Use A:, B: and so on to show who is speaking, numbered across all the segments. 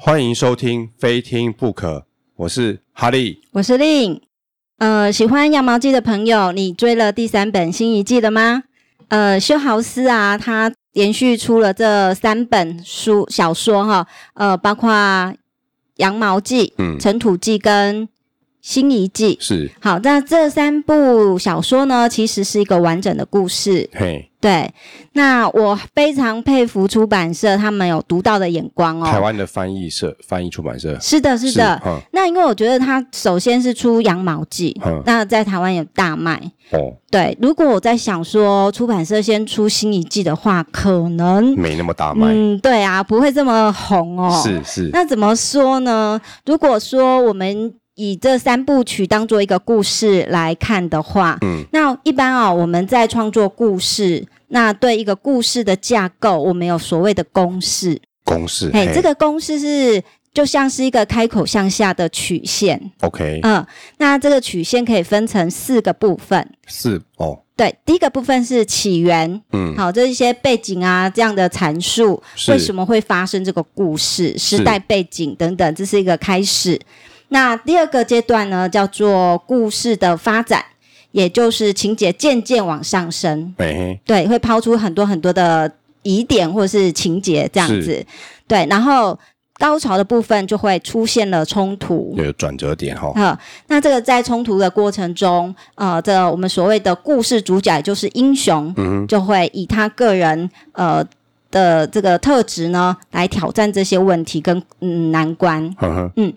A: 欢迎收听《非听不可》，我是哈利。
B: 我是令。呃，喜欢羊毛季的朋友，你追了第三本新一季了吗？呃，修豪斯啊，他连续出了这三本书小说哈，呃，包括《羊毛季》、
A: 嗯
B: 《尘土记》跟《新一季》。
A: 是，
B: 好，那这三部小说呢，其实是一个完整的故事。
A: 嘿，
B: 对，那我非常佩服出版社他们有独到的眼光
A: 台
B: 哦。
A: 湾的翻译社、翻译出版社，
B: 是的，是的。
A: 嗯
B: 那因为我觉得它首先是出羊毛季，
A: 嗯
B: 那在台湾有大卖。
A: 哦，
B: 对，如果我在想说出版社先出新一季的话，可能
A: 没那么大卖，
B: 嗯，对啊，不会这么红哦。
A: 是是，
B: 那怎么说呢？如果说我们以这三部曲当做一个故事来看的话，
A: 嗯，
B: 那一般啊、我们在创作故事，那对一个故事的架构，我们有所谓的公式。
A: 公式，
B: 嘿，
A: 嘿
B: 这个公式是就像是一个开口向下的曲线，
A: OK
B: 嗯，那这个曲线可以分成四个部分。
A: 是哦，
B: 对，第一个部分是起源，
A: 嗯，
B: 好，这一些背景啊，这样的阐述，
A: 是
B: 为什么会发生这个故事、
A: 是
B: 时代背景等等，这是一个开始。那第二个阶段呢，叫做故事的发展，也就是情节渐渐往上升，
A: 嘿嘿，
B: 对，会抛出很多很多的疑点或是情节这样
A: 是
B: 子，对，然后高潮的部分就会出现了冲突。
A: 有转折点哦哈，
B: 呃，那这个在冲突的过程中，呃，这我们所谓的故事主角就是英雄，
A: 嗯
B: 就会以他个人呃的这个特质呢，来挑战这些问题跟嗯难关。嗯
A: 哼哼，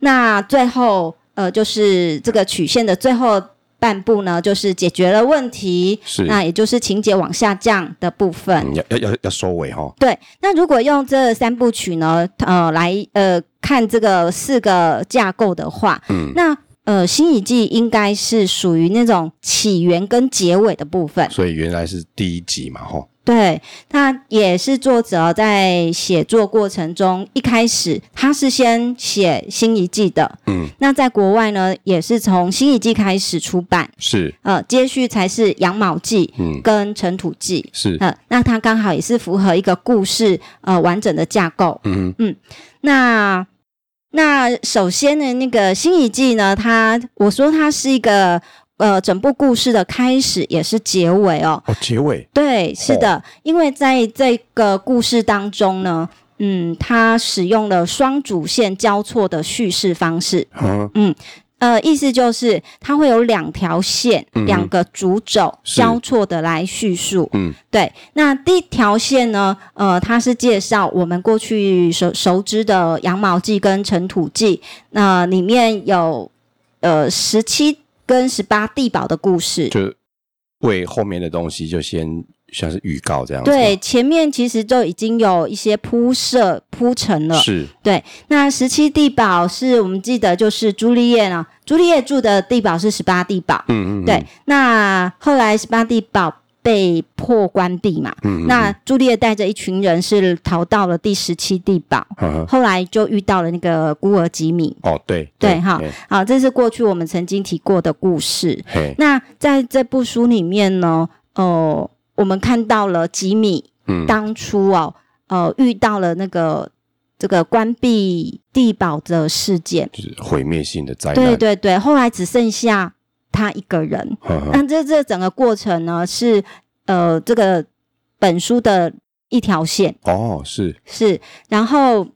B: 那最后呃，就是这个曲线的最后半步呢，就是解决了问题，
A: 是，
B: 那也就是情节往下降的部分。
A: 嗯要要要要收尾哦哈，
B: 对，那如果用这三部曲呢，呃，来呃看这个四个架构的话，嗯，那呃新一季应该是属于那种起源跟结尾的部分。
A: 所以原来是第一集嘛哦哈，
B: 对，那也是作者在写作过程中，一开始他是先写新一季的，
A: 嗯，
B: 那在国外呢，也是从新一季开始出版，
A: 是
B: 呃，接续才是羊毛季
A: 嗯
B: 跟尘土季。
A: 是，
B: 呃，那它刚好也是符合一个故事呃完整的架构。
A: 嗯哼
B: 那那首先呢，那个新一季呢，它我说它是一个呃整部故事的开始，也是结尾哦。
A: 哦，结尾
B: 对，是的，因为在这个故事当中呢，嗯，它使用了双主线交错的叙事方式。
A: 嗯
B: 呃，意思就是它会有两条线、
A: 嗯哼
B: 两个主轴
A: 是
B: 交错的来叙述。
A: 嗯，
B: 对。那第一条线呢，呃，它是介绍我们过去熟熟知的羊毛记跟尘土记，那、里面有呃十七跟十八地堡的故事。
A: 就为后面的东西就先像是预告这样子，
B: 对，前面其实就已经有一些铺设铺陈了。
A: 是
B: 那十七地堡是我们记得就是朱丽叶啊，朱丽叶住的地堡是十八地堡。
A: 嗯嗯嗯
B: 对，那后来十八地堡被迫关闭嘛，
A: 嗯嗯
B: 那朱丽叶带着一群人是逃到了第十七地堡，
A: 嗯哼
B: 后来就遇到了那个孤儿吉米。
A: 哦对
B: 对哈
A: 对
B: 好，这是过去我们曾经提过的故事。
A: 嘿
B: 那在这部书里面呢，呃，我们看到了吉米
A: 嗯
B: 当初哦，呃，遇到了那个这个关闭地堡的事件。
A: 就是毁灭性的灾难，
B: 对对对，后来只剩下他一个人。
A: 嗯哼
B: 那这这整个过程呢，是呃这个本书的一条线
A: 哦是
B: 是，然后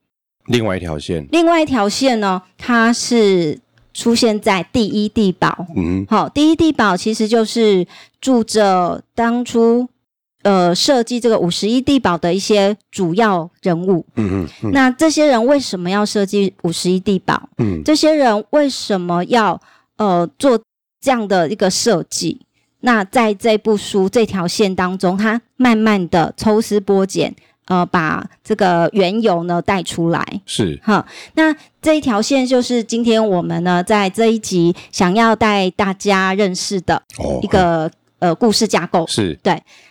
A: 另外一条线，
B: 另外一条线呢，它是出现在第一地堡。
A: 嗯
B: 好、第一地堡其实就是住着当初呃设计这个五十一地堡的一些主要人物。
A: 嗯嗯嗯
B: 那这些人为什么要设计五十一地堡？
A: 嗯
B: 这些人为什么要呃做这样的一个设计？那在这部书这条线当中，他慢慢的抽丝剥茧，呃，把这个缘由呢带出来。
A: 是
B: 哈，那这一条线就是今天我们呢在这一集想要带大家认识的
A: 哦
B: 一个、呃故事架构。
A: 是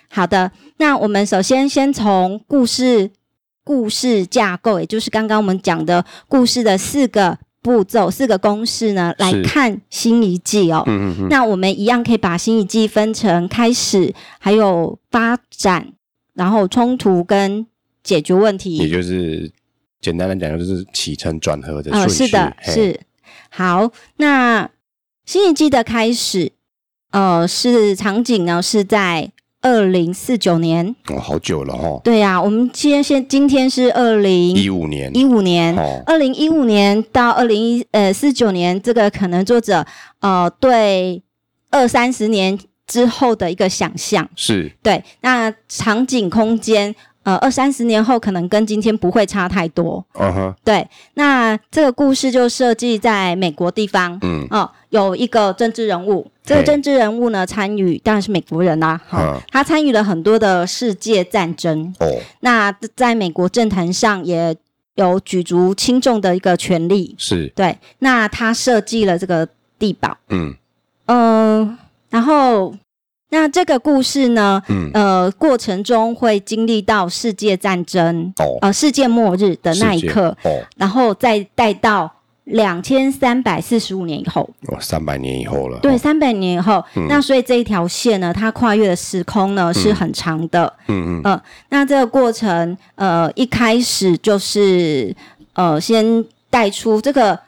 B: 好的，那我们首先先从故事故事架构，也就是刚刚我们讲的故事的四个步骤、四个公式呢，来
A: 是
B: 看新一季哦。
A: 嗯嗯嗯
B: 那我们一样可以把新一季分成开始，还有发展，然后冲突跟解决问
A: 也
B: 题。
A: 就是简单来讲就是起承转合的
B: 呃，
A: 顺序。
B: 是的，
A: 嘿
B: 是好。那新一季的开始，呃，是场景呢是在二零四九年。
A: 哦，好久了哦，
B: 对呀、我们今天现今天是二零
A: 一五年
B: 一五年，
A: 哦，
B: 二零一五年到二零一呃四九年，这个可能作者呃对二三十年之后的一个想象。
A: 是
B: 对，那场景空间呃二三十年后可能跟今天不会差太多。
A: 嗯哼，
B: 对，那这个故事就设计在美国地方，
A: 嗯
B: 哦，有一个政治人物，这个
A: 嘿
B: 政治人物呢参与当然是美国人啦、哈、
A: 嗯
B: 他参与了很多的世界战争，
A: 哦
B: 那在美国政坛上也有举足轻重的一个权利。
A: 是
B: 对，那他设计了这个地堡，
A: 嗯
B: 嗯、然后那这个故事呢，
A: 嗯
B: 呃，过程中会经历到世界战争，
A: 哦
B: 呃，世界末日的那一
A: 世界
B: 刻，
A: 哦
B: 然后再带到两千三百四十五年以后，
A: 哦三百年以后了，
B: 对，
A: 哦嗯
B: 三百年以后，那所以这一条线呢，它跨越的时空呢是很长的。呃
A: 嗯嗯
B: 那这个过程，呃，一开始就是呃，先带出这个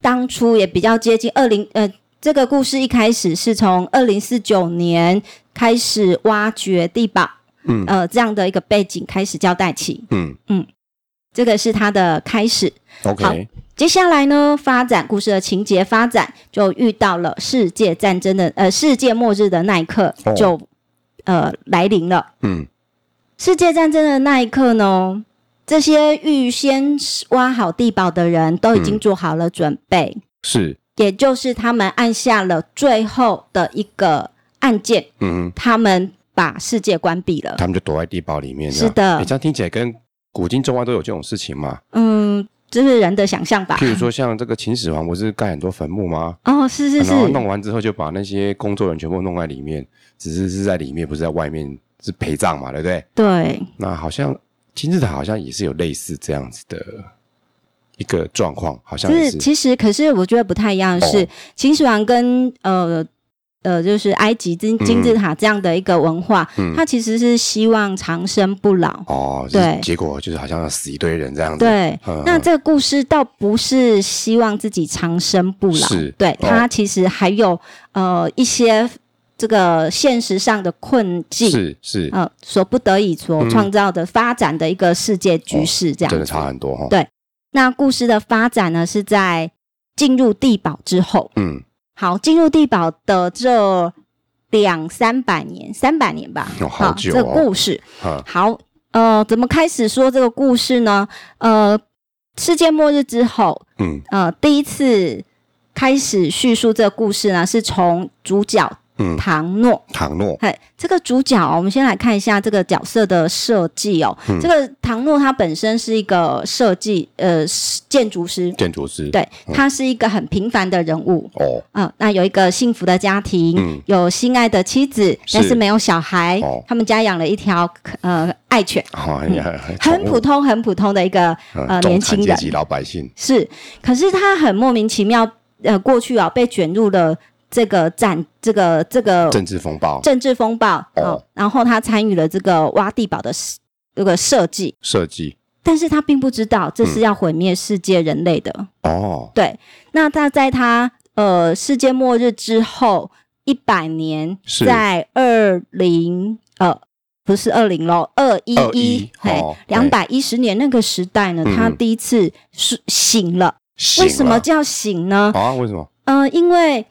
B: 当初也比较接近二零呃。这个故事一开始是从二零四九年开始挖掘地堡，
A: 嗯
B: 呃，这样的一个背景开始交代起，
A: 嗯
B: 这个是它的开始。好
A: ，OK，
B: 接下来呢，发展故事的情节发展就遇到了世界战争的呃世界末日的那一刻
A: 哦
B: 就、呃来临了。
A: 嗯
B: 世界战争的那一刻呢，这些预先挖好地堡的人都已经
A: 嗯
B: 做好了准备，
A: 是
B: 也就是他们按下了最后的一个按键，
A: 嗯嗯，
B: 他们把世界关闭了。
A: 他们就躲在地堡里面，
B: 是的
A: 你这样听起来跟古今中外都有这种事情嘛？
B: 嗯，这是人的想象吧？
A: 譬如说像这个秦始皇不是盖很多坟墓吗？
B: 哦，是是是
A: 然，后弄完之后就把那些工作人员全部弄在里面，只是是在里面，不是在外面，是陪葬嘛，对不对？
B: 对，
A: 那好像金字塔好像也是有类似这样子的一个状况，好像也
B: 是，
A: 是
B: 其实可是我觉得不太一样的是，
A: 哦
B: 秦始皇跟呃呃，就是埃及金
A: 嗯
B: 金字塔这样的一个文化，它其实是希望长生不老。
A: 哦，
B: 对
A: 是结果就是好像要死一堆人这样子，
B: 对，
A: 嗯，
B: 那
A: 嗯
B: 这个故事倒不是希望自己长生不老
A: 是，
B: 对
A: 哦
B: 它其实还有呃一些这个现实上的困境。
A: 是是、
B: 呃，所不得已所
A: 嗯
B: 创造的发展的一个世界局势，这样
A: 真的
B: 子
A: 差很多哈、哦，
B: 对那故事的发展呢，是在进入地堡之后，
A: 嗯，
B: 好，进入地堡的这两三百年，三百年吧，
A: 哦好久哦
B: 这故事
A: 哈，
B: 好，呃，怎么开始说这个故事呢？呃，世界末日之后，
A: 嗯
B: 呃，第一次开始叙述这个故事呢，是从主角
A: 嗯，
B: 唐诺。
A: 唐诺，
B: 嘿，这个主角、哦，我们先来看一下这个角色的设计哦。
A: 嗯
B: 这个唐诺他本身是一个设计呃建筑师，
A: 建筑师，，
B: 对他是一个很平凡的人物。
A: 嗯哦，
B: 嗯，那有一个幸福的家庭，
A: 嗯
B: 有心爱的妻子，但是没有小孩。
A: 哦
B: 他们家养了一条呃爱犬，
A: 好、哎呀，
B: 嗯很普
A: 宠
B: 通很普通的一个
A: 物嗯
B: 呃
A: 中
B: 年
A: 产
B: 轻
A: 阶
B: 人
A: 级老百姓，
B: 是，可是他很莫名其妙，呃，过去啊被卷入了这个战这个哦这个
A: 政治风暴
B: 政治风暴
A: 哦
B: 哦，然后他参与了这个挖地堡的设这个设计，
A: 设计，
B: 但是他并不知道这是
A: 嗯
B: 要毁灭世界人类的。
A: 哦，
B: 对，那他在他呃世界末日之后一百年，
A: 是
B: 在二零呃不是二零喽，二一
A: 21
B: 一嘿
A: 哦
B: 两百一十年那个时代呢，他
A: 嗯
B: 第一次是醒了。
A: 醒
B: 为什么
A: 了
B: 叫醒呢？
A: 啊？为什么？
B: 嗯、因为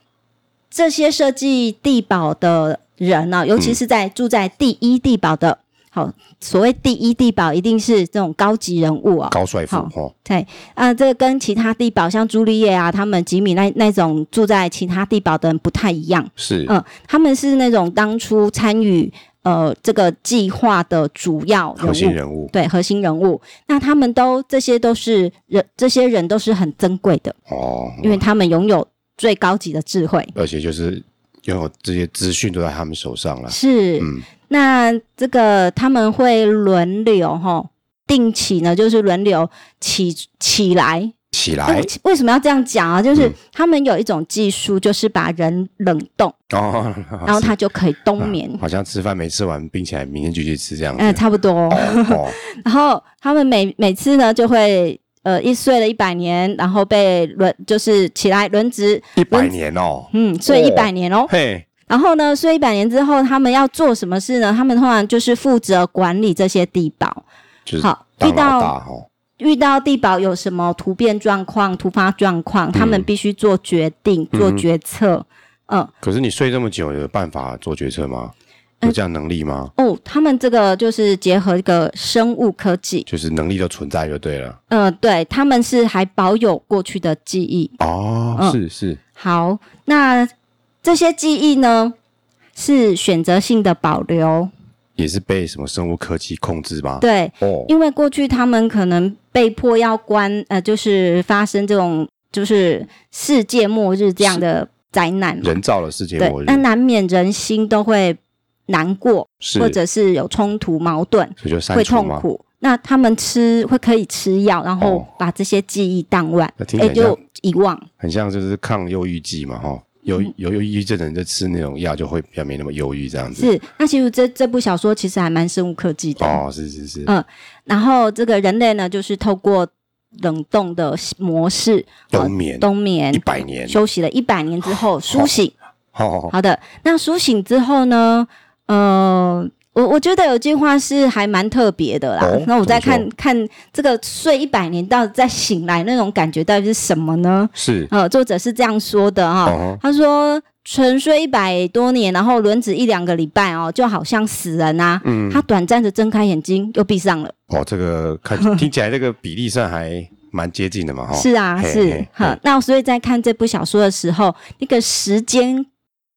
B: 这些设计地堡的人呢、尤
A: 嗯
B: 其是在住在第一地堡的。好，所谓第一地堡一定是这种高级人物哦，
A: 高帅富
B: 好
A: 哦，
B: 对，啊，这个跟其他地堡像朱丽叶啊，他们吉米那那种住在其他地堡的人不太一样，
A: 是，
B: 嗯，他们是那种当初参与呃这个计划的主要人
A: 核心
B: 物，
A: 人物
B: 对核心人物。那他们都这些都是人，这些人都是很珍贵的，
A: 哦，
B: 因为他们拥有最高级的智慧。
A: 而且就是拥有这些资讯都在他们手上了。
B: 是，
A: 嗯，
B: 那这个他们会轮流哈，定期呢就是轮流起起来，
A: 起来
B: 呃为什么要这样讲啊？就是
A: 嗯
B: 他们有一种技术，就是把人冷冻，
A: 哦，
B: 然后他就可以冬眠
A: 啊，好像吃饭没吃完，冰起来 明天继续吃这样子。
B: 嗯、差不多。
A: 哦，
B: 然后他们每每次呢，就会呃一睡了一百年，然后被轮就是起来轮值，
A: 一百年哦，
B: 嗯，睡一百年哦。
A: 嘿，
B: 然后呢，睡一百年之后，他们要做什么事呢？他们通常就是负责管理这些地堡。
A: 就是
B: 好
A: 当
B: 遇
A: 老
B: 到
A: 大哦，
B: 遇到地堡有什么突变状况、突发状况，他们必须做决定、
A: 嗯
B: 做决策。嗯，
A: 可是你睡这么久，有办法做决策吗？有这样能力吗？
B: 哦，他们这个就是结合一个生物科技，
A: 就是能力都存在就对了。
B: 呃，对，他们是还保有过去的记忆。
A: 哦，
B: 嗯
A: 是是，
B: 好，那这些记忆呢是选择性的保留，
A: 也是被什么生物科技控制吗？
B: 对，
A: 哦，
B: 因为过去他们可能被迫要关，呃，就是发生这种就是世界末日这样的灾难嘛，
A: 人造的世界
B: 对
A: 末，日
B: 那难免人心都会难过，
A: 是，
B: 或者是有冲突矛盾，
A: 所以就删
B: 会
A: 除
B: 痛
A: 吗？
B: 苦。那他们吃会可以吃药，然后
A: 哦
B: 把这些记忆淡忘，
A: 那
B: 哎、
A: 听嗯起来像
B: 就遗忘。
A: 很像就是抗忧郁剂嘛，哈，有
B: 嗯
A: 有忧郁症的人就吃那种药就会比较没那么忧郁这样子。
B: 是，那其实这这部小说其实还蛮生物科技的。
A: 哦，是是是，
B: 嗯然后这个人类呢，就是透过冷冻的模式
A: 冬眠
B: 冬眠
A: 一百年，
B: 休息了一百年之后苏醒。
A: 哦，
B: 好的，那苏醒之后呢？呃，我我觉得有句话是还蛮特别的啦。
A: 哦
B: 那我再
A: 怎么
B: 看看这个睡一百年到底再醒来那种感觉到底是什么呢？
A: 是，
B: 呃，作者是这样说的哈、
A: 哦，
B: 他说沉睡一百多年，然后轮值一两个礼拜哦，就好像死人啊。
A: 嗯
B: 他短暂的睁开眼睛，又闭上了。
A: 哦，这个看听起来这个比例上还蛮接近的嘛，哈，
B: 是啊，
A: 哦嘿
B: 是
A: 嘿
B: 哈
A: 嘿。
B: 那所以在看这部小说的时候，那个时间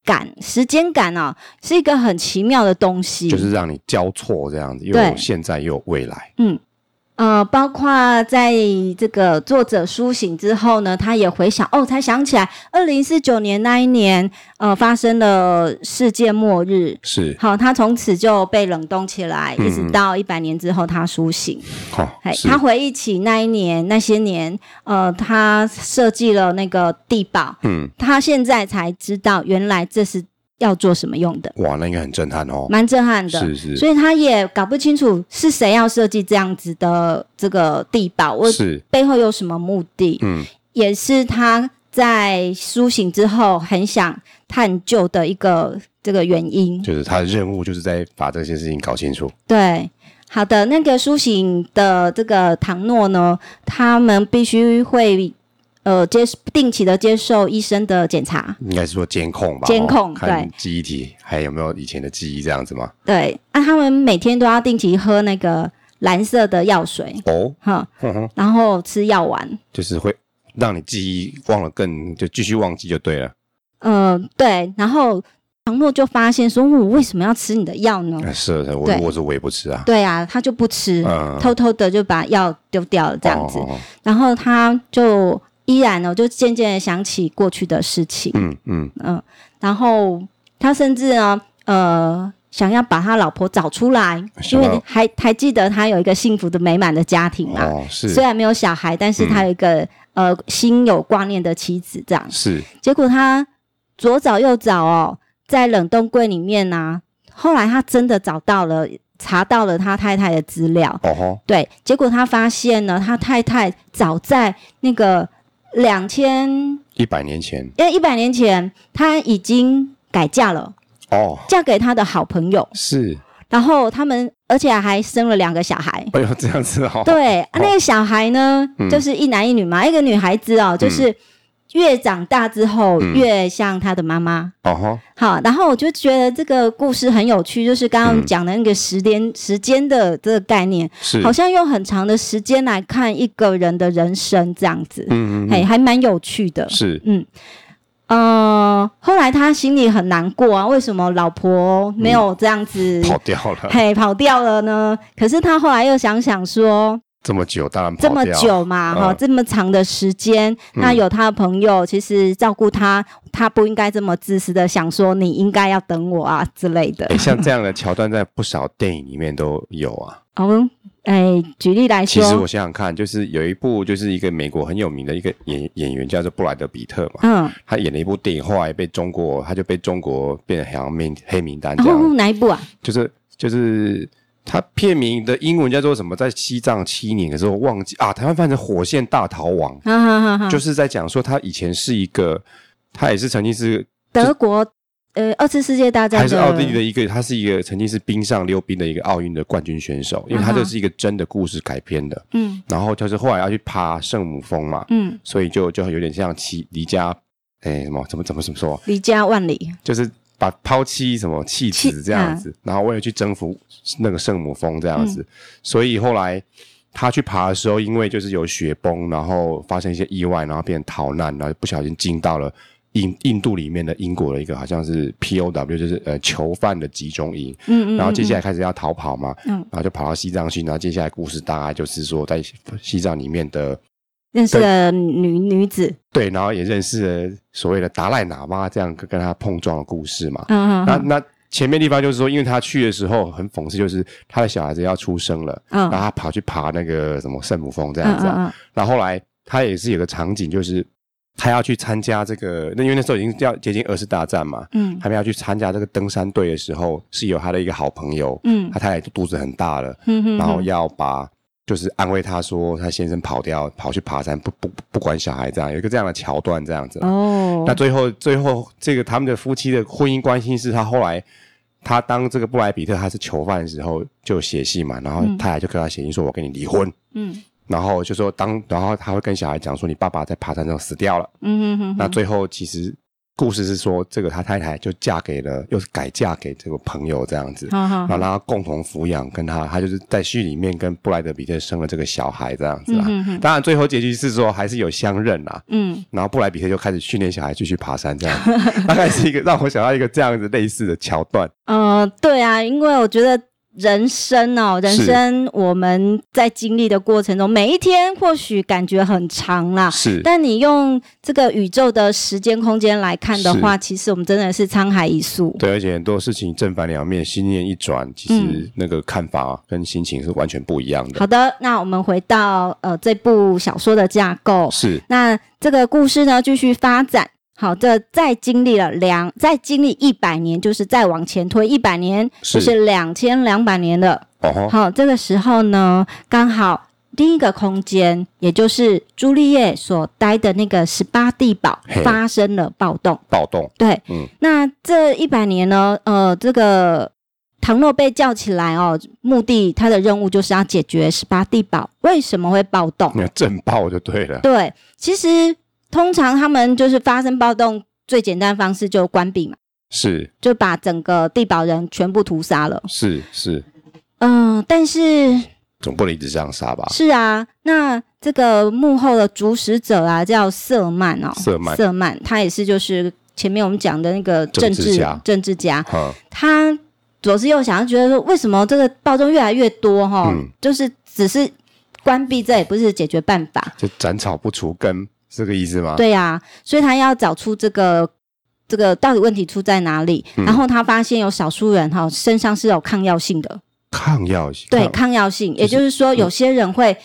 B: 感，时间感啊、是一个很奇妙的东西。
A: 就是让你交错这样子，又
B: 对
A: 有现在又有未来，
B: 呃，包括在这个作者苏醒之后呢，他也回想哦，才想起来，二零四九年那一年，呃，发生了世界末日。
A: 是，
B: 好，他从此就被冷冻起来，
A: 嗯
B: 一直到一百年之后他苏醒。
A: 哈，
B: 哎，
A: 哦是
B: 他回忆起那一年那些年，呃，他设计了那个地堡，
A: 嗯，
B: 他现在才知道原来这是要做什么用的，
A: 哇，那应该很震撼哦，
B: 蛮震撼的。
A: 是是
B: 所以他也搞不清楚是谁要设计这样子的这个地堡，我
A: 是，
B: 背后有什么目的，
A: 嗯，
B: 也是他在苏醒之后很想探究的一个这个原因。
A: 就是他的任务就是在把这些事情搞清楚，
B: 对，好的，那个苏醒的这个唐诺呢，他们必须会呃接定期的接受医生的检查。
A: 应该是说监控吧，
B: 监
A: 哦
B: 控
A: 看
B: 对
A: 记忆体还有没有以前的记忆这样子嘛，
B: 对，那、他们每天都要定期喝那个蓝色的药水，
A: 哦，
B: 哈，
A: 哼哼，
B: 然后吃药丸。
A: 就是会让你记忆忘了更就继续忘记就对了，
B: 嗯、对，然后唐诺就发现说，我为什么要吃你的药呢？
A: 啊是，我
B: 嗯对
A: 如果是我也不吃啊，
B: 对啊，他就不吃，
A: 嗯，
B: 偷偷的就把药丢掉了，这样子。
A: 哦，哦哦
B: 然后他就依然哦，就渐渐的想起过去的事情，
A: 嗯嗯，
B: 嗯，然后他甚至呢，呃，想要把他老婆找出来，因
A: 想要
B: 为还还记得他有一个幸福的美满的家庭嘛，
A: 哦，是嗯
B: 虽然没有小孩，但是他有一个、呃心有挂念的妻子这样。
A: 是，
B: 结果他左找右找哦，在冷冻柜里面呐、后来他真的找到了，查到了他太太的资料，
A: 哦吼，
B: 对，结果他发现呢，他太太早在那个两千
A: 一百年前，
B: 因为一百年前，她已经改嫁了，
A: 哦，
B: 嫁给她的好朋友，
A: 是，
B: 然后他们而且还生了两个小孩。
A: 哎呦，这样子哦，
B: 对，啊、那个小孩呢，
A: 嗯
B: 就是一男一女嘛，一个女孩子哦，就是越长大之后、
A: 嗯
B: 越像她的妈妈。
A: 哦吼，
B: 好，然后我就觉得这个故事很有趣，就是刚
A: 嗯
B: 刚讲的那个时间、时间的这个概念，
A: 是，
B: 好像用很长的时间来看一个人的人生这样子，
A: 嗯嗯
B: 嘿，还蛮有趣的
A: 嗯，。是，
B: 嗯，呃，后来他心里很难过啊，为什么老婆没有这样子、
A: 嗯跑掉了
B: 嗯嘿跑掉了呢？可是他后来又想想说，
A: 这么久，当然跑
B: 这么
A: 掉，
B: 久嘛，哈、
A: 嗯
B: 这么长的时间，那有他的朋友其实照顾他，他不应该这么自私的想说你应该要等我啊之类的
A: 哎，。像这样的桥段在不少电影里面都有啊。
B: 哦，哎，举例来
A: 其实我
B: 说，
A: 想想看，就是有一部，就是一个美国很有名的一个演演员，叫做布莱德比特嘛，
B: 嗯，
A: 他演了一部电影，后来被中国，他就被中国变成好像名黑名单这
B: 然
A: 样，
B: 后哪一部啊？
A: 就是就是它片名的英文叫做什么？在西藏七年，可是我忘记啊，台湾翻成《火线大逃亡》，
B: 好好好好，
A: 就是在讲说他以前是一个，嗯他也是曾经是
B: 德国呃二次世界大战
A: 还是
B: 的
A: 奥地利的一个，他是一个曾经是冰上溜冰的一个奥运的冠军选手，因为他
B: 嗯哼
A: 就是一个真的故事改编的。
B: 嗯
A: 然后就是后来要去爬圣母峰嘛，
B: 嗯，
A: 所以就就有点像弃离家，哎，什么怎么怎么怎么说啊，
B: 离家万里，
A: 就是把抛弃什么弃子
B: 弃嗯
A: 这样子，然后为了去征服那个圣母峰这样子，所以后来他去爬的时候，因为就是有雪崩，然后发生一些意外，然后变逃难，然后不小心进到了。印印度里面的英国的一个好像是 POW，就是呃囚犯的集中营，
B: 嗯嗯，
A: 然后接下
B: 来
A: 来开始要逃跑嘛，
B: 嗯
A: 然后就跑到西藏去，然后接下来故事大概就是说在西藏里面的
B: 认识了女女子，
A: 对，然后也认识了所谓的达赖喇嘛这样跟跟他碰撞的故事嘛。
B: 嗯
A: 那
B: 嗯
A: 那前面地方就是说，因为他去的时候很讽刺，就是他的小孩子要出生了，
B: 嗯
A: 然后他跑去爬那个什么圣母峰这
B: 嗯
A: 样子、啊。
B: 嗯
A: 然后后来他也是有个场景，就是他要去参加这个，那因为那时候已经要接近二次大战嘛，
B: 嗯
A: 他们要去参加这个登山队的时候，是有他的一个好朋友，
B: 嗯
A: 他太太肚子很大了，
B: 嗯，
A: 然后要把就是安慰他说他先生跑掉，跑去爬山，不不不不管小孩这样，有一个这样的桥段这样子。啊
B: 哦，
A: 那最后最后这个他们的夫妻的婚姻关系是他后来他当这个布莱比特他是囚犯的时候就写信嘛，然后
B: 嗯
A: 太太就跟他写信说我跟你离婚，
B: 嗯
A: 然后就说当然后他会跟小孩讲说你爸爸在爬山上死掉了。
B: 嗯嗯，
A: 那最后其实故事是说这个他太太就嫁给了又是改嫁给这个朋友这样子。
B: 好好
A: 然后让他共同抚养，跟他，他就是在剧里面跟布莱德比特生了这个小孩这样子啦。
B: 嗯嗯嗯
A: 当然，最后结局是说还是有相认啦。
B: 嗯
A: 然后布莱比特就开始训练小孩继续爬山，这样子 大概是一个让我想到一个这样子类似的桥段。
B: 呃，对啊，因为我觉得人生哦，人
A: 是
B: 生我们在经历的过程中，每一天或许感觉很长啦，
A: 是，
B: 啊但你用这个宇宙的时间空间来看的话，其实我们真的是沧海一粟。
A: 对，而且很多事情正反两面，心念一转，其实
B: 嗯
A: 那个看法跟心情是完全不一样的。
B: 好的，那我们回到呃这部小说的架构，
A: 是
B: 那这个故事呢继续发展。好，这再经历了两，再经历一百年，就是再往前推一百年，
A: 是
B: 就是两千两百年了。
A: 哦吼，
B: 好，这个时候呢，刚好另一个空间，也就是朱丽叶所待的那个十八地堡
A: 嘿
B: 发生了暴动。
A: 暴动，
B: 对，
A: 嗯
B: 那这一百年呢，呃，这个唐诺被叫起来哦，目的他的任务就是要解决十八地堡为什么会暴动。
A: 那震爆就对了。
B: 对，其实通常他们就是发生暴动最简单的方式就关闭嘛，
A: 是
B: 就把整个地堡人全部屠杀了。
A: 是是，
B: 嗯、但是
A: 总不能一直这样杀吧？
B: 是啊，那这个幕后的主使者啊，叫瑟曼哦，
A: 瑟曼
B: 瑟曼，他也是就是前面我们讲的那个
A: 政
B: 政
A: 治
B: 治
A: 家
B: 政治家，
A: 哈，
B: 他左思右想，他觉得说为什么这个暴动越来越多哈、
A: 嗯
B: 就是只是关闭，这也不是解决办法，
A: 就斩草不除根，是这个意思吗？
B: 对呀、所以他要找出这个。这个到底问题出在哪里？
A: 嗯
B: 然后他发现有少数人哈、身上是有抗药性的，
A: 抗药性，
B: 对
A: 抗
B: 抗药性，也
A: 就是嗯
B: 就是说有些人会、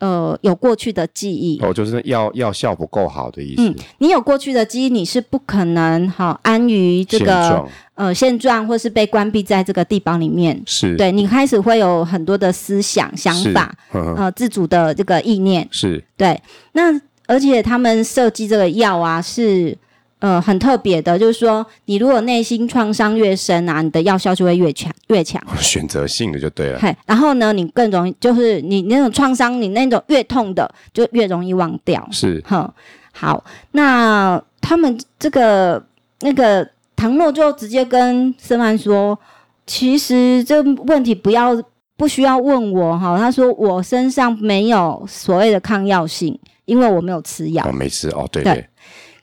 B: 呃有过去的记忆，
A: 哦，就是药药效不够好的意思。
B: 嗯你有过去的记忆，你是不可能好、安于这
A: 现
B: 个
A: 状
B: 呃现状，或是被关闭在这个地堡里面。
A: 是，
B: 对你开始会有很多的思想、想
A: 是
B: 法，，
A: 嗯哼
B: 呃，自主的这个意念。
A: 是
B: 对，那而且他们设计这个药啊，是呃很特别的，就是说你如果内心创伤越深啊，你的药效就会越强越强。
A: 选择性的就对了。
B: 嘿，然后呢，你更容易就是你那种创伤，你那种越痛的就越容易忘掉。
A: 是
B: 哼，好，那他们这个那个唐诺就直接跟森曼说，其实这问题不要不需要问我哈，他说我身上没有所谓的抗药性，因为我没有吃药。
A: 哦，没事哦，对
B: 对
A: 对，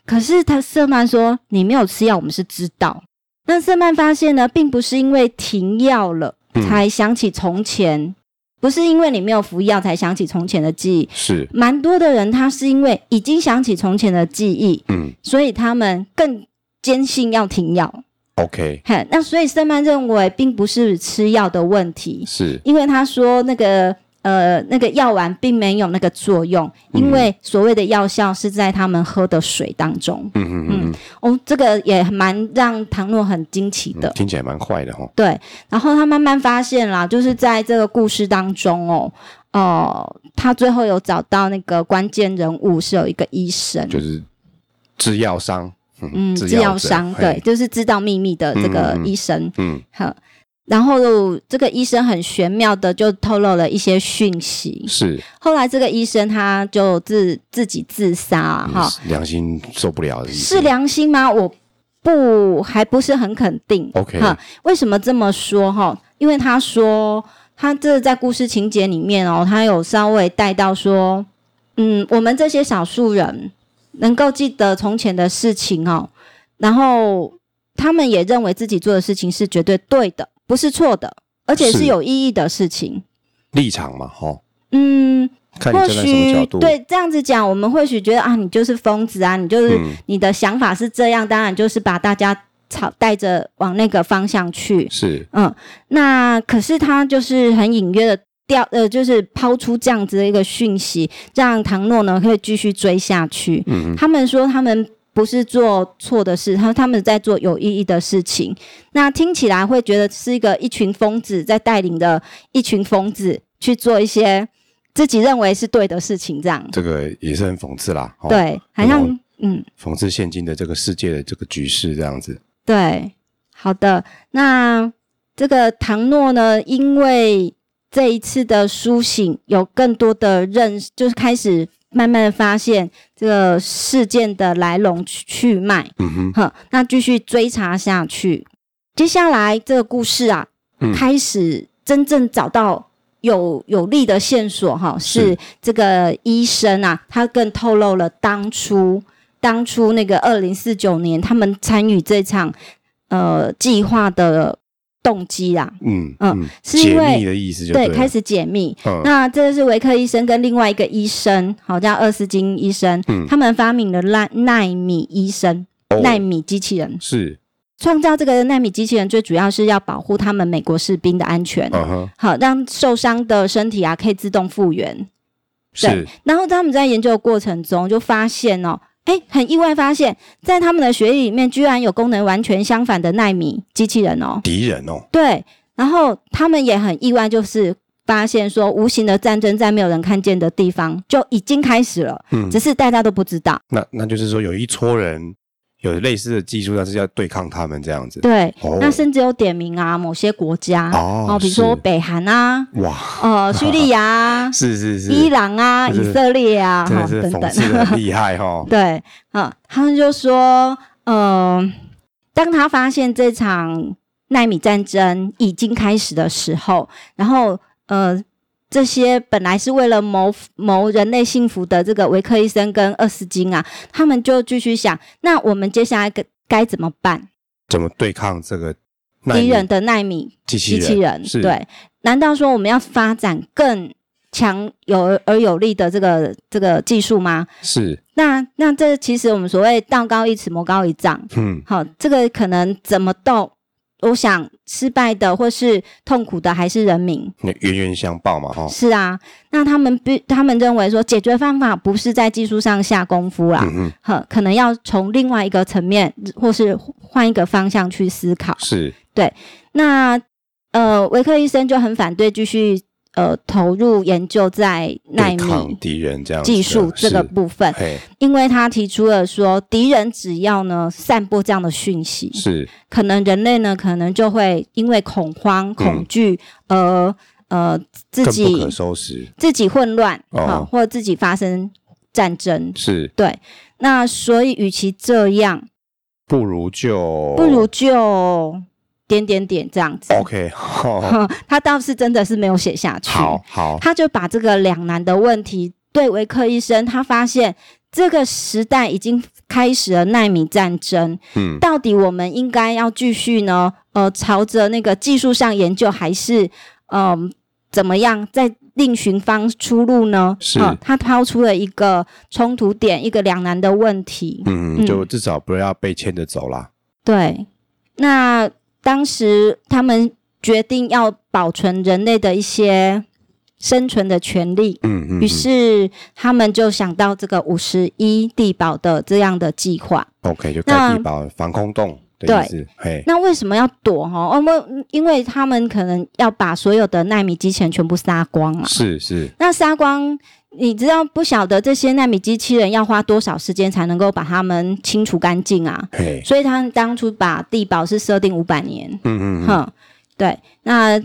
B: 可是他瑟曼说你没有吃药，我们是知道。那瑟曼发现呢，并不是因为停药了
A: 嗯
B: 才想起从前，不是因为你没有服药才想起从前的记忆。
A: 是
B: 蛮多的人，他是因为已经想起从前的记忆，
A: 嗯
B: 所以他们更坚信要停药。
A: ，OK，
B: 嘿，那所以圣曼认为并不是吃药的问题，
A: 是
B: 因为他说那个呃，那个药丸并没有那个作用，因为所谓的药效是在他们喝的水当中。
A: 嗯嗯嗯
B: 哦，这个也蛮让唐诺很惊奇的
A: 嗯，。听起来蛮坏的哦。
B: 对，然后他慢慢发现啦，就是在这个故事当中哦，哦、他最后有找到那个关键人物是有一个医生，
A: 就是制药商，
B: 嗯，
A: 制
B: 制
A: 药
B: 药
A: 者
B: 商，
A: 嘿
B: 对，就是知道秘密的这个
A: 嗯嗯嗯
B: 医生，
A: 嗯，
B: 好，然后这个医生很玄妙的就透露了一些讯息。
A: 是
B: 后来这个医生他就自自己自杀啊哈、
A: 嗯良心受不了的意思。
B: 是良心吗？我不还不是很肯定。
A: OK
B: 哈，为什么这么说哈？因为他说他这在故事情节里面哦，他有稍微带到说，嗯，我们这些少数人能够记得从前的事情哦，然后他们也认为自己做的事情是绝对对的，不是错的，而且
A: 是
B: 是有意义的事情。
A: 立场嘛，哈、
B: 嗯，
A: 看你
B: 或
A: 站在什么角
B: 许
A: 度。，
B: 对这样子讲，我们或许觉得啊，你就是疯子啊，你就是、
A: 嗯，
B: 你的想法是这样，当然就是把大家吵带着往那个方向去。
A: 是
B: 嗯，那可是他就是很隐约的掉，呃，就是抛出这样子的一个讯息，让唐诺呢可以继续追下去。
A: 嗯
B: 他们说他们不是做错的事，他他们在做有意义的事情。那听起来会觉得是一个一群疯子在带领的一群疯子去做一些自己认为是对的事情，这样
A: 这个也是很讽刺啦。齁，
B: 对，好
A: 那
B: 像嗯。
A: 讽刺现今的这个世界的这个局势这样子。
B: 对，好的。那这个唐诺呢，因为这一次的苏醒，有更多的认识，就是开始慢慢的发现这个事件的来龙去去脉。
A: 嗯哼，
B: 哼，那继续追查下去。接下来这个故事啊，
A: 嗯
B: 开始真正找到有有力的线索哈，
A: 是
B: 是这个医生啊，他更透露了当初当初那个二零四九年他们参与这场呃计划的动机啊，
A: 嗯
B: 嗯
A: 嗯，
B: 是因
A: 解
B: 为
A: 密的意思就
B: 对，
A: 了
B: 开始解密。
A: 嗯
B: 那这是维克医生跟另外一个医生，好叫厄斯金医生，
A: 嗯
B: 他们发明了纳纳米医生
A: 哦，
B: 纳、米机器人。
A: 是
B: 创造这个纳米机器人，最主要是要保护他们美国士兵的安全，
A: 嗯哼
B: 好让受伤的身体啊可以自动复原。
A: 是
B: 然后他们在研究的啊过程中就发现哦，哎，很意外发现，在他们的血液里面居然有功能完全相反的纳米机器人哦，
A: 敌人哦，
B: 对。然后他们也很意外，就是发现说，无形的战争在没有人看见的地方就已经开始了，
A: 嗯
B: 只是大家都不知道。
A: 那那就是说有一撮人有类似的技术，但是要对抗他们这样子。
B: 对，
A: 哦
B: 那甚至有点名啊，某些国家
A: 哦
B: 比如说
A: 是
B: 北韩啊，
A: 哇，
B: 呃，叙利亚 啊、
A: 是是是，
B: 伊朗啊、
A: 是
B: 以色列啊，
A: 真
B: 哈
A: 的是
B: 等
A: 讽刺的
B: 等，。
A: 厉害哦
B: 对，啊，他们就说，嗯，当他发现这场奈米战争已经开始的时候，然后呃。这些本来是为了谋谋人类幸福的这个维克医生跟厄斯金啊，他们就继续想，那我们接下来该该怎么办？
A: 怎么对抗这个纳米
B: 敌人的纳米
A: 机器
B: 机器人，
A: 是，
B: 对？难道说我们要发展更强有而有力的这个这个技术吗？
A: 是，
B: 那那这其实我们所谓道高一尺，魔高一丈。
A: 嗯，
B: 好，这个可能怎么斗，我想失败的或是痛苦的还是人民。
A: 那冤冤相报嘛，哦哈、
B: 是啊，那他们必他们认为说解决方法不是在技术上下功夫啦，
A: 嗯嗯，
B: 呵，可能要从另外一个层面或是换一个方向去思考。
A: 是，
B: 那呃，维克医生就很反对继续呃投入研究在纳
A: 对抗
B: 米
A: 敌人这样子的
B: 技术这个，部分
A: 是，嘿，
B: 因为他提出了说，敌人只要呢散播这样的讯息，
A: 是，
B: 可能人类呢可能就会因为恐慌、恐惧而呃自
A: 嗯更不
B: 己
A: 可收拾，
B: 自己混乱
A: 哦
B: 啊、或自己发生战争。
A: 是，
B: 对，那所以与其这样，
A: 不如就
B: 不如就点点点这样子。
A: 哦 OK，好，
B: 哼，他倒是真的是没有写下去。
A: 好，好，
B: 他就把这个两难的问题对维克医生，他发现这个时代已经开始了纳米战争，
A: 嗯，
B: 到底我们应该要继续呢？呃，朝着那个技术上研究，还是嗯、怎么样再另寻方出路呢？
A: 是
B: 呃他抛出了一个冲突点，一个两难的问题。
A: 嗯，
B: 嗯
A: 就至少不要被牵着走啦。
B: 对，那当时他们决定要保存人类的一些生存的权利。
A: 嗯嗯
B: 于是他们就想到这个五十一地堡的这样的计划。
A: ，OK，就盖地堡防空洞的意思，嘿，
B: 那为什么要躲哈？哦，我因为他们可能要把所有的纳米机器人全部杀光啊。
A: 是是，
B: 那杀光，你知道不晓得这些纳米机器人要花多少时间才能够把它们清除干净啊？
A: 嘿，
B: 所以他们当初把地堡是设定五百年，
A: 嗯嗯嗯，
B: 哼，对，那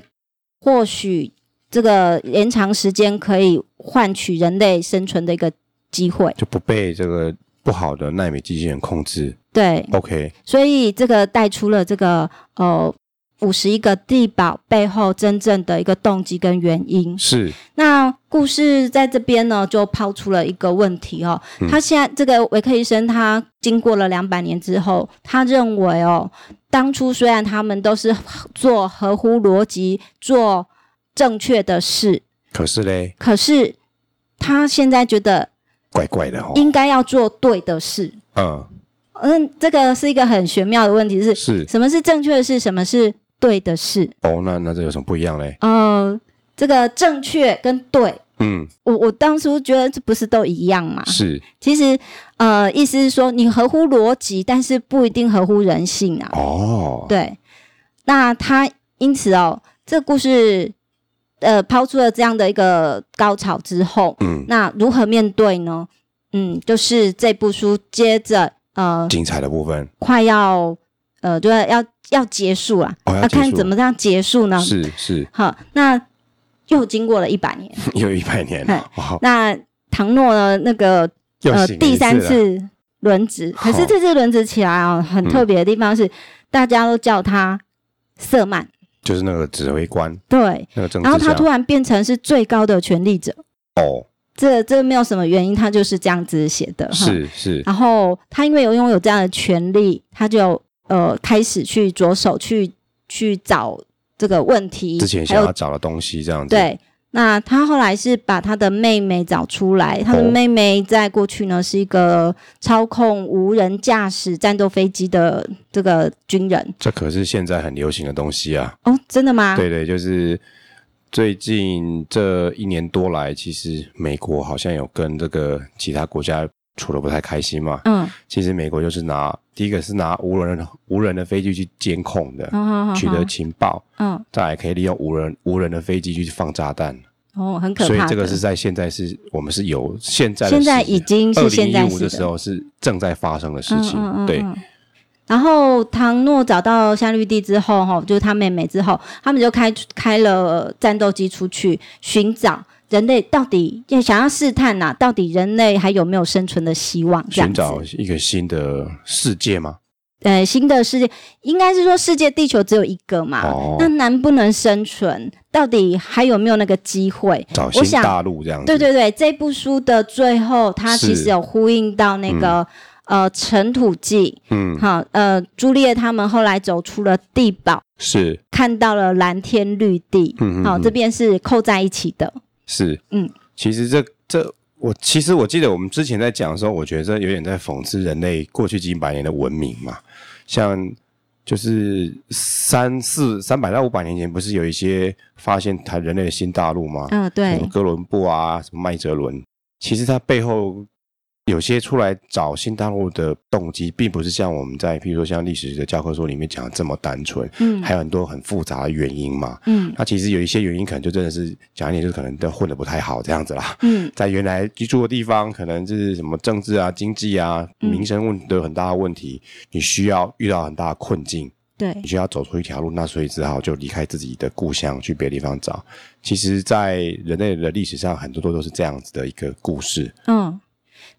B: 或许这个延长时间可以换取人类生存的一个机会，
A: 就不被这个不好的纳米机器人控制。
B: 对，
A: OK，
B: 所以这个带出了这个呃五十一个地堡背后真正的一个动机跟原因。
A: 是
B: 那故事在这边呢，就抛出了一个问题哦。他现在这个维克医生，他经过了两百年之后，他认为哦，当初虽然他们都是做合乎逻辑、做正确的事，
A: 可是嘞，
B: 可是他现在觉得
A: 怪怪的哦。
B: 应该要做对的事。
A: 嗯，
B: 嗯，这个是一个很玄妙的问题，是
A: 是
B: 什么是正确的事，什么是对的事？
A: 哦，那那这有什么不一样嘞？
B: 呃，这个正确跟对，
A: 嗯，
B: 我我当初觉得这不是都一样嘛？
A: 是
B: 其实，呃，意思是说你合乎逻辑，但是不一定合乎人性啊。
A: 哦，
B: 对，那他因此哦，这故事呃抛出了这样的一个高潮之后，
A: 嗯，
B: 那如何面对呢？嗯，就是这部书接着呃
A: 精彩的部分
B: 快要呃就是要要结束了，
A: 哦要结束
B: 看怎么样结束呢？
A: 是是
B: 好，那又经过了一百年，
A: 又一百年了，哇，
B: 那唐诺呢嗯那个
A: 又
B: 呃
A: 醒了一
B: 第三
A: 了，
B: 次轮值，
A: 好
B: 可
A: 嗯
B: 是这次轮值起来哦，很特别的地方是，大家都叫他色曼，
A: 就是那个指挥官，
B: 对，
A: 那个政治
B: 然后他突
A: 家
B: 然变成是最高的权力者，
A: 哦，
B: 这这没有什么原因，他就是这样子写的。哈。
A: 是是，
B: 然后他因为有拥有这样的权利，他就呃开始去着手去去找这个问题，
A: 之前
B: 还
A: 想
B: 有
A: 要找的东西这样子，，
B: 对。那他后来是把他的妹妹找出来，他的
A: 哦
B: 妹妹在过去呢是一个操控无人驾驶战斗飞机的这个军人
A: 这可是现在很流行的东西啊，
B: 哦，真的吗？
A: 对对，就是最近这一年多来，其实美国好像有跟这个其他国家处的不太开心嘛。
B: 嗯，
A: 其实美国就是拿第一个是拿无人无人的飞机去监控的，
B: 好好好，
A: 取
B: 好
A: 得情报，
B: 嗯
A: 再来可以利用无人无人的飞机去放炸弹。
B: 哦，很可怕
A: 所
B: 的。
A: 以这个是在现在是我们是有现在的
B: 现在
A: 事情
B: 已经是现在
A: 2015
B: 式
A: 的
B: 的
A: 时候是正在发生的事
B: 嗯
A: 情。
B: 嗯嗯
A: 对，
B: 嗯然后唐诺找到夏绿蒂之后，哈，就是他妹妹之后，他们就开开了战斗机出去寻找人类到底，也想要试探呐、到底人类还有没有生存的希望？这样
A: 寻
B: 子，
A: 找一个新的世界吗？
B: 呃，新的世界应该是说世界地球只有一个嘛，
A: 哦
B: 那能不能生存，到底还有没有那个机会？
A: 找
B: 我
A: 新
B: 想
A: 大陆这样子。
B: 对对对，这部书的最后，它其
A: 是
B: 实有呼应到那个、呃《尘土记》，
A: 嗯，
B: 好，呃，朱丽叶他们后来走出了地堡，
A: 是，
B: 看到了蓝天绿地，
A: 嗯嗯
B: 好、
A: 嗯
B: 这边是扣在一起的，
A: 是，
B: 嗯，
A: 其实这这我其实我记得我们之前在讲的时候，我觉得这有点在讽刺人类过去几百年的文明嘛，像。就是三四三百到五百年前，不是有一些发现它人类的新大陆吗？
B: 嗯、
A: 什么
B: 对，
A: 哥伦布啊，什么麦哲伦，其实它背后有些出来找新大陆的动机，并不是像我们在譬如说像历史的教科书里面讲的这么单纯，
B: 嗯
A: 还有很多很复杂的原因嘛。
B: 嗯
A: 那其实有一些原因，可能就真的是讲一点，就是可能都混得不太好这样子啦。
B: 嗯
A: 在原来居住的地方，可能就是什么政治啊、经济啊、
B: 嗯
A: 民生问题都有很大的问题，你需要遇到很大的困境，
B: 对
A: 你，需要走出一条路，那所以只好就离开自己的故乡，去别的地方找。其实，在人类的历史上，很多都都是这样子的一个故事
B: 嗯，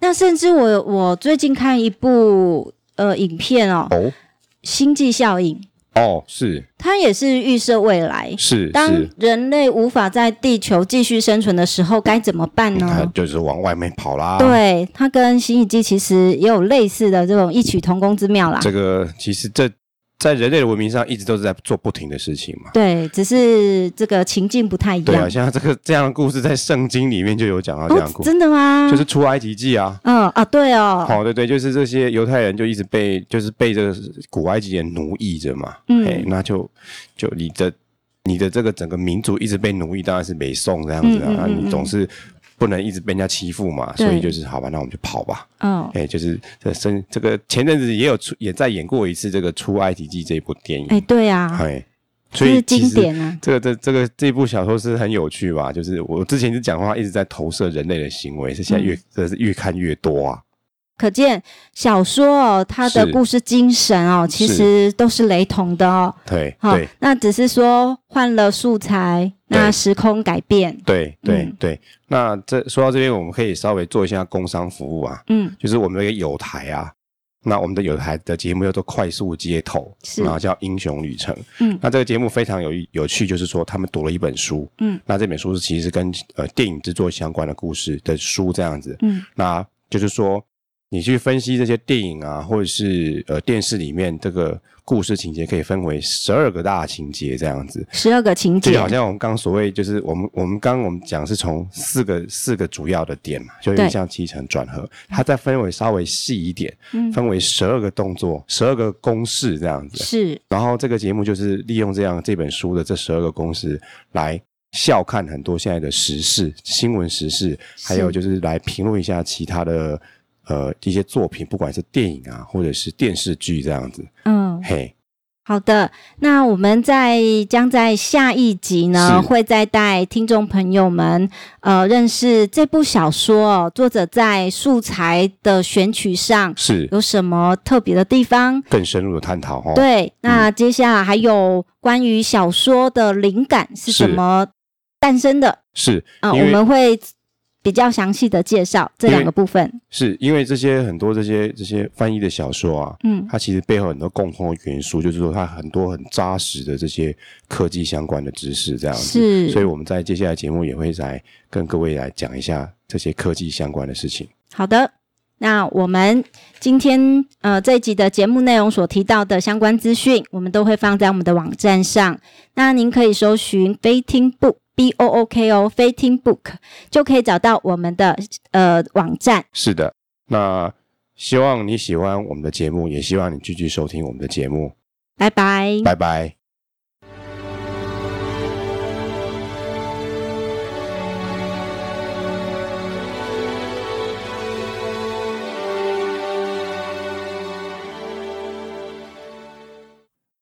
B: 那甚至我我最近看一部呃影片哦，
A: 哦
B: 星际效应》，
A: 哦，是
B: 它也是预设未来。
A: 是
B: 当
A: 是，
B: 人类无法在地球继续生存的时候，该怎么办呢？
A: 他就是往外面跑啦。，
B: 嗯哦对，啊它跟《新一纪》其实也有类似的这种异曲同工之妙啦。
A: 这个其实这在人类的文明上，一直都是在做不停的事情嘛。
B: 对，只是这个情境不太一
A: 对
B: 样哦
A: 啊，。像这个这样的故事，在圣经里面就有讲到这样的故事，
B: 真的吗？
A: 就是出埃及记啊。
B: 嗯啊，对哦，
A: 好、对对，就是这些犹太人就一直被就是被这个古埃及人奴役着嘛。
B: 嗯
A: 哎，那就就你的你的这个整个民族一直被奴役，当然是北宋这样子啊，
B: 嗯嗯嗯嗯
A: 你总是不能一直被人家欺负嘛，
B: 对
A: 所以就是好吧，那我们就跑吧。
B: 哦，
A: 哎、就是这生这个前阵子也有出也在演过一次这个《出埃及记》这部电影，
B: 哎，对啊，
A: 哎，
B: 这
A: 所以
B: 是
A: 其
B: 经
A: 实
B: 典啊，
A: 这个这这个这部小说是很有趣吧？就是我之前是讲话一直在投射人类的行为，是现在越、
B: 嗯
A: 这是越看越多啊。
B: 可见小说哦，它的
A: 是
B: 故事精神哦，其
A: 是
B: 实都是雷同的哦。
A: 对
B: 好、
A: 对
B: 那只是说换了素材，那
A: 对
B: 时空改变。
A: 对对、
B: 嗯
A: 对。那这说到这边，我们可以稍微做一下工商服务啊，
B: 嗯，
A: 就是我们有一个有台啊。那我们的有台的节目叫做《快速街头
B: 是》，
A: 然后叫《英雄旅程》。
B: 嗯
A: 那这个节目非常有有趣，就是说他们读了一本书。
B: 嗯，
A: 那这本书是其实是跟呃电影制作相关的故事的书这样子。
B: 嗯，
A: 那就是说，你去分析这些电影啊，或者是呃电视里面这个故事情节，可以分为十二个大情节这样子。
B: 十二个情
A: 这
B: 节
A: 个好，像我们刚所谓就是我们我们刚我们讲是从四个四个主要的点嘛，就有
B: 对
A: 点像起承转合，它再分为稍微细一点，
B: 嗯
A: 分为十二个动作、十二个公式这样子。
B: 是
A: 然后这个节目就是利用这样这本书的这十二个公式来笑看很多现在的时事、新闻时事，还有就是来评论一下其他的呃一些作品，不管是电影啊或者是电视剧这样子。
B: 嗯，
A: 嘿，
B: 好的。那我们在将在下一集呢，
A: 是
B: 会再带听众朋友们呃认识这部小说哦，作者在素材的选取上
A: 是
B: 有什么特别的地方。
A: 更深入的探讨哦。，
B: 对，那接下来还有关于小说的灵感是
A: 是
B: 怎么诞生的
A: 是
B: 啊、
A: 因
B: 我
A: 为
B: 们会比较详细的介绍这
A: 因为
B: 两个部分。
A: 是因为这些很多这些这些翻译的小说啊，
B: 嗯，
A: 它其实背后很多共通的元素，就是说它很多很扎实的这些科技相关的知识，这样子。
B: 是
A: 所以我们在接下来节目也会来跟各位来讲一下这些科技相关的事情。
B: 好的。那我们今天呃这一集的节目内容所提到的相关资讯，我们都会放在我们的网站上。那您可以搜寻飞听 book b o o k 哦，飞听 book 就可以找到我们的呃网站。
A: 是的，那希望你喜欢我们的节目，也希望你继续收听我们的节目。
B: 拜拜。
A: 拜拜。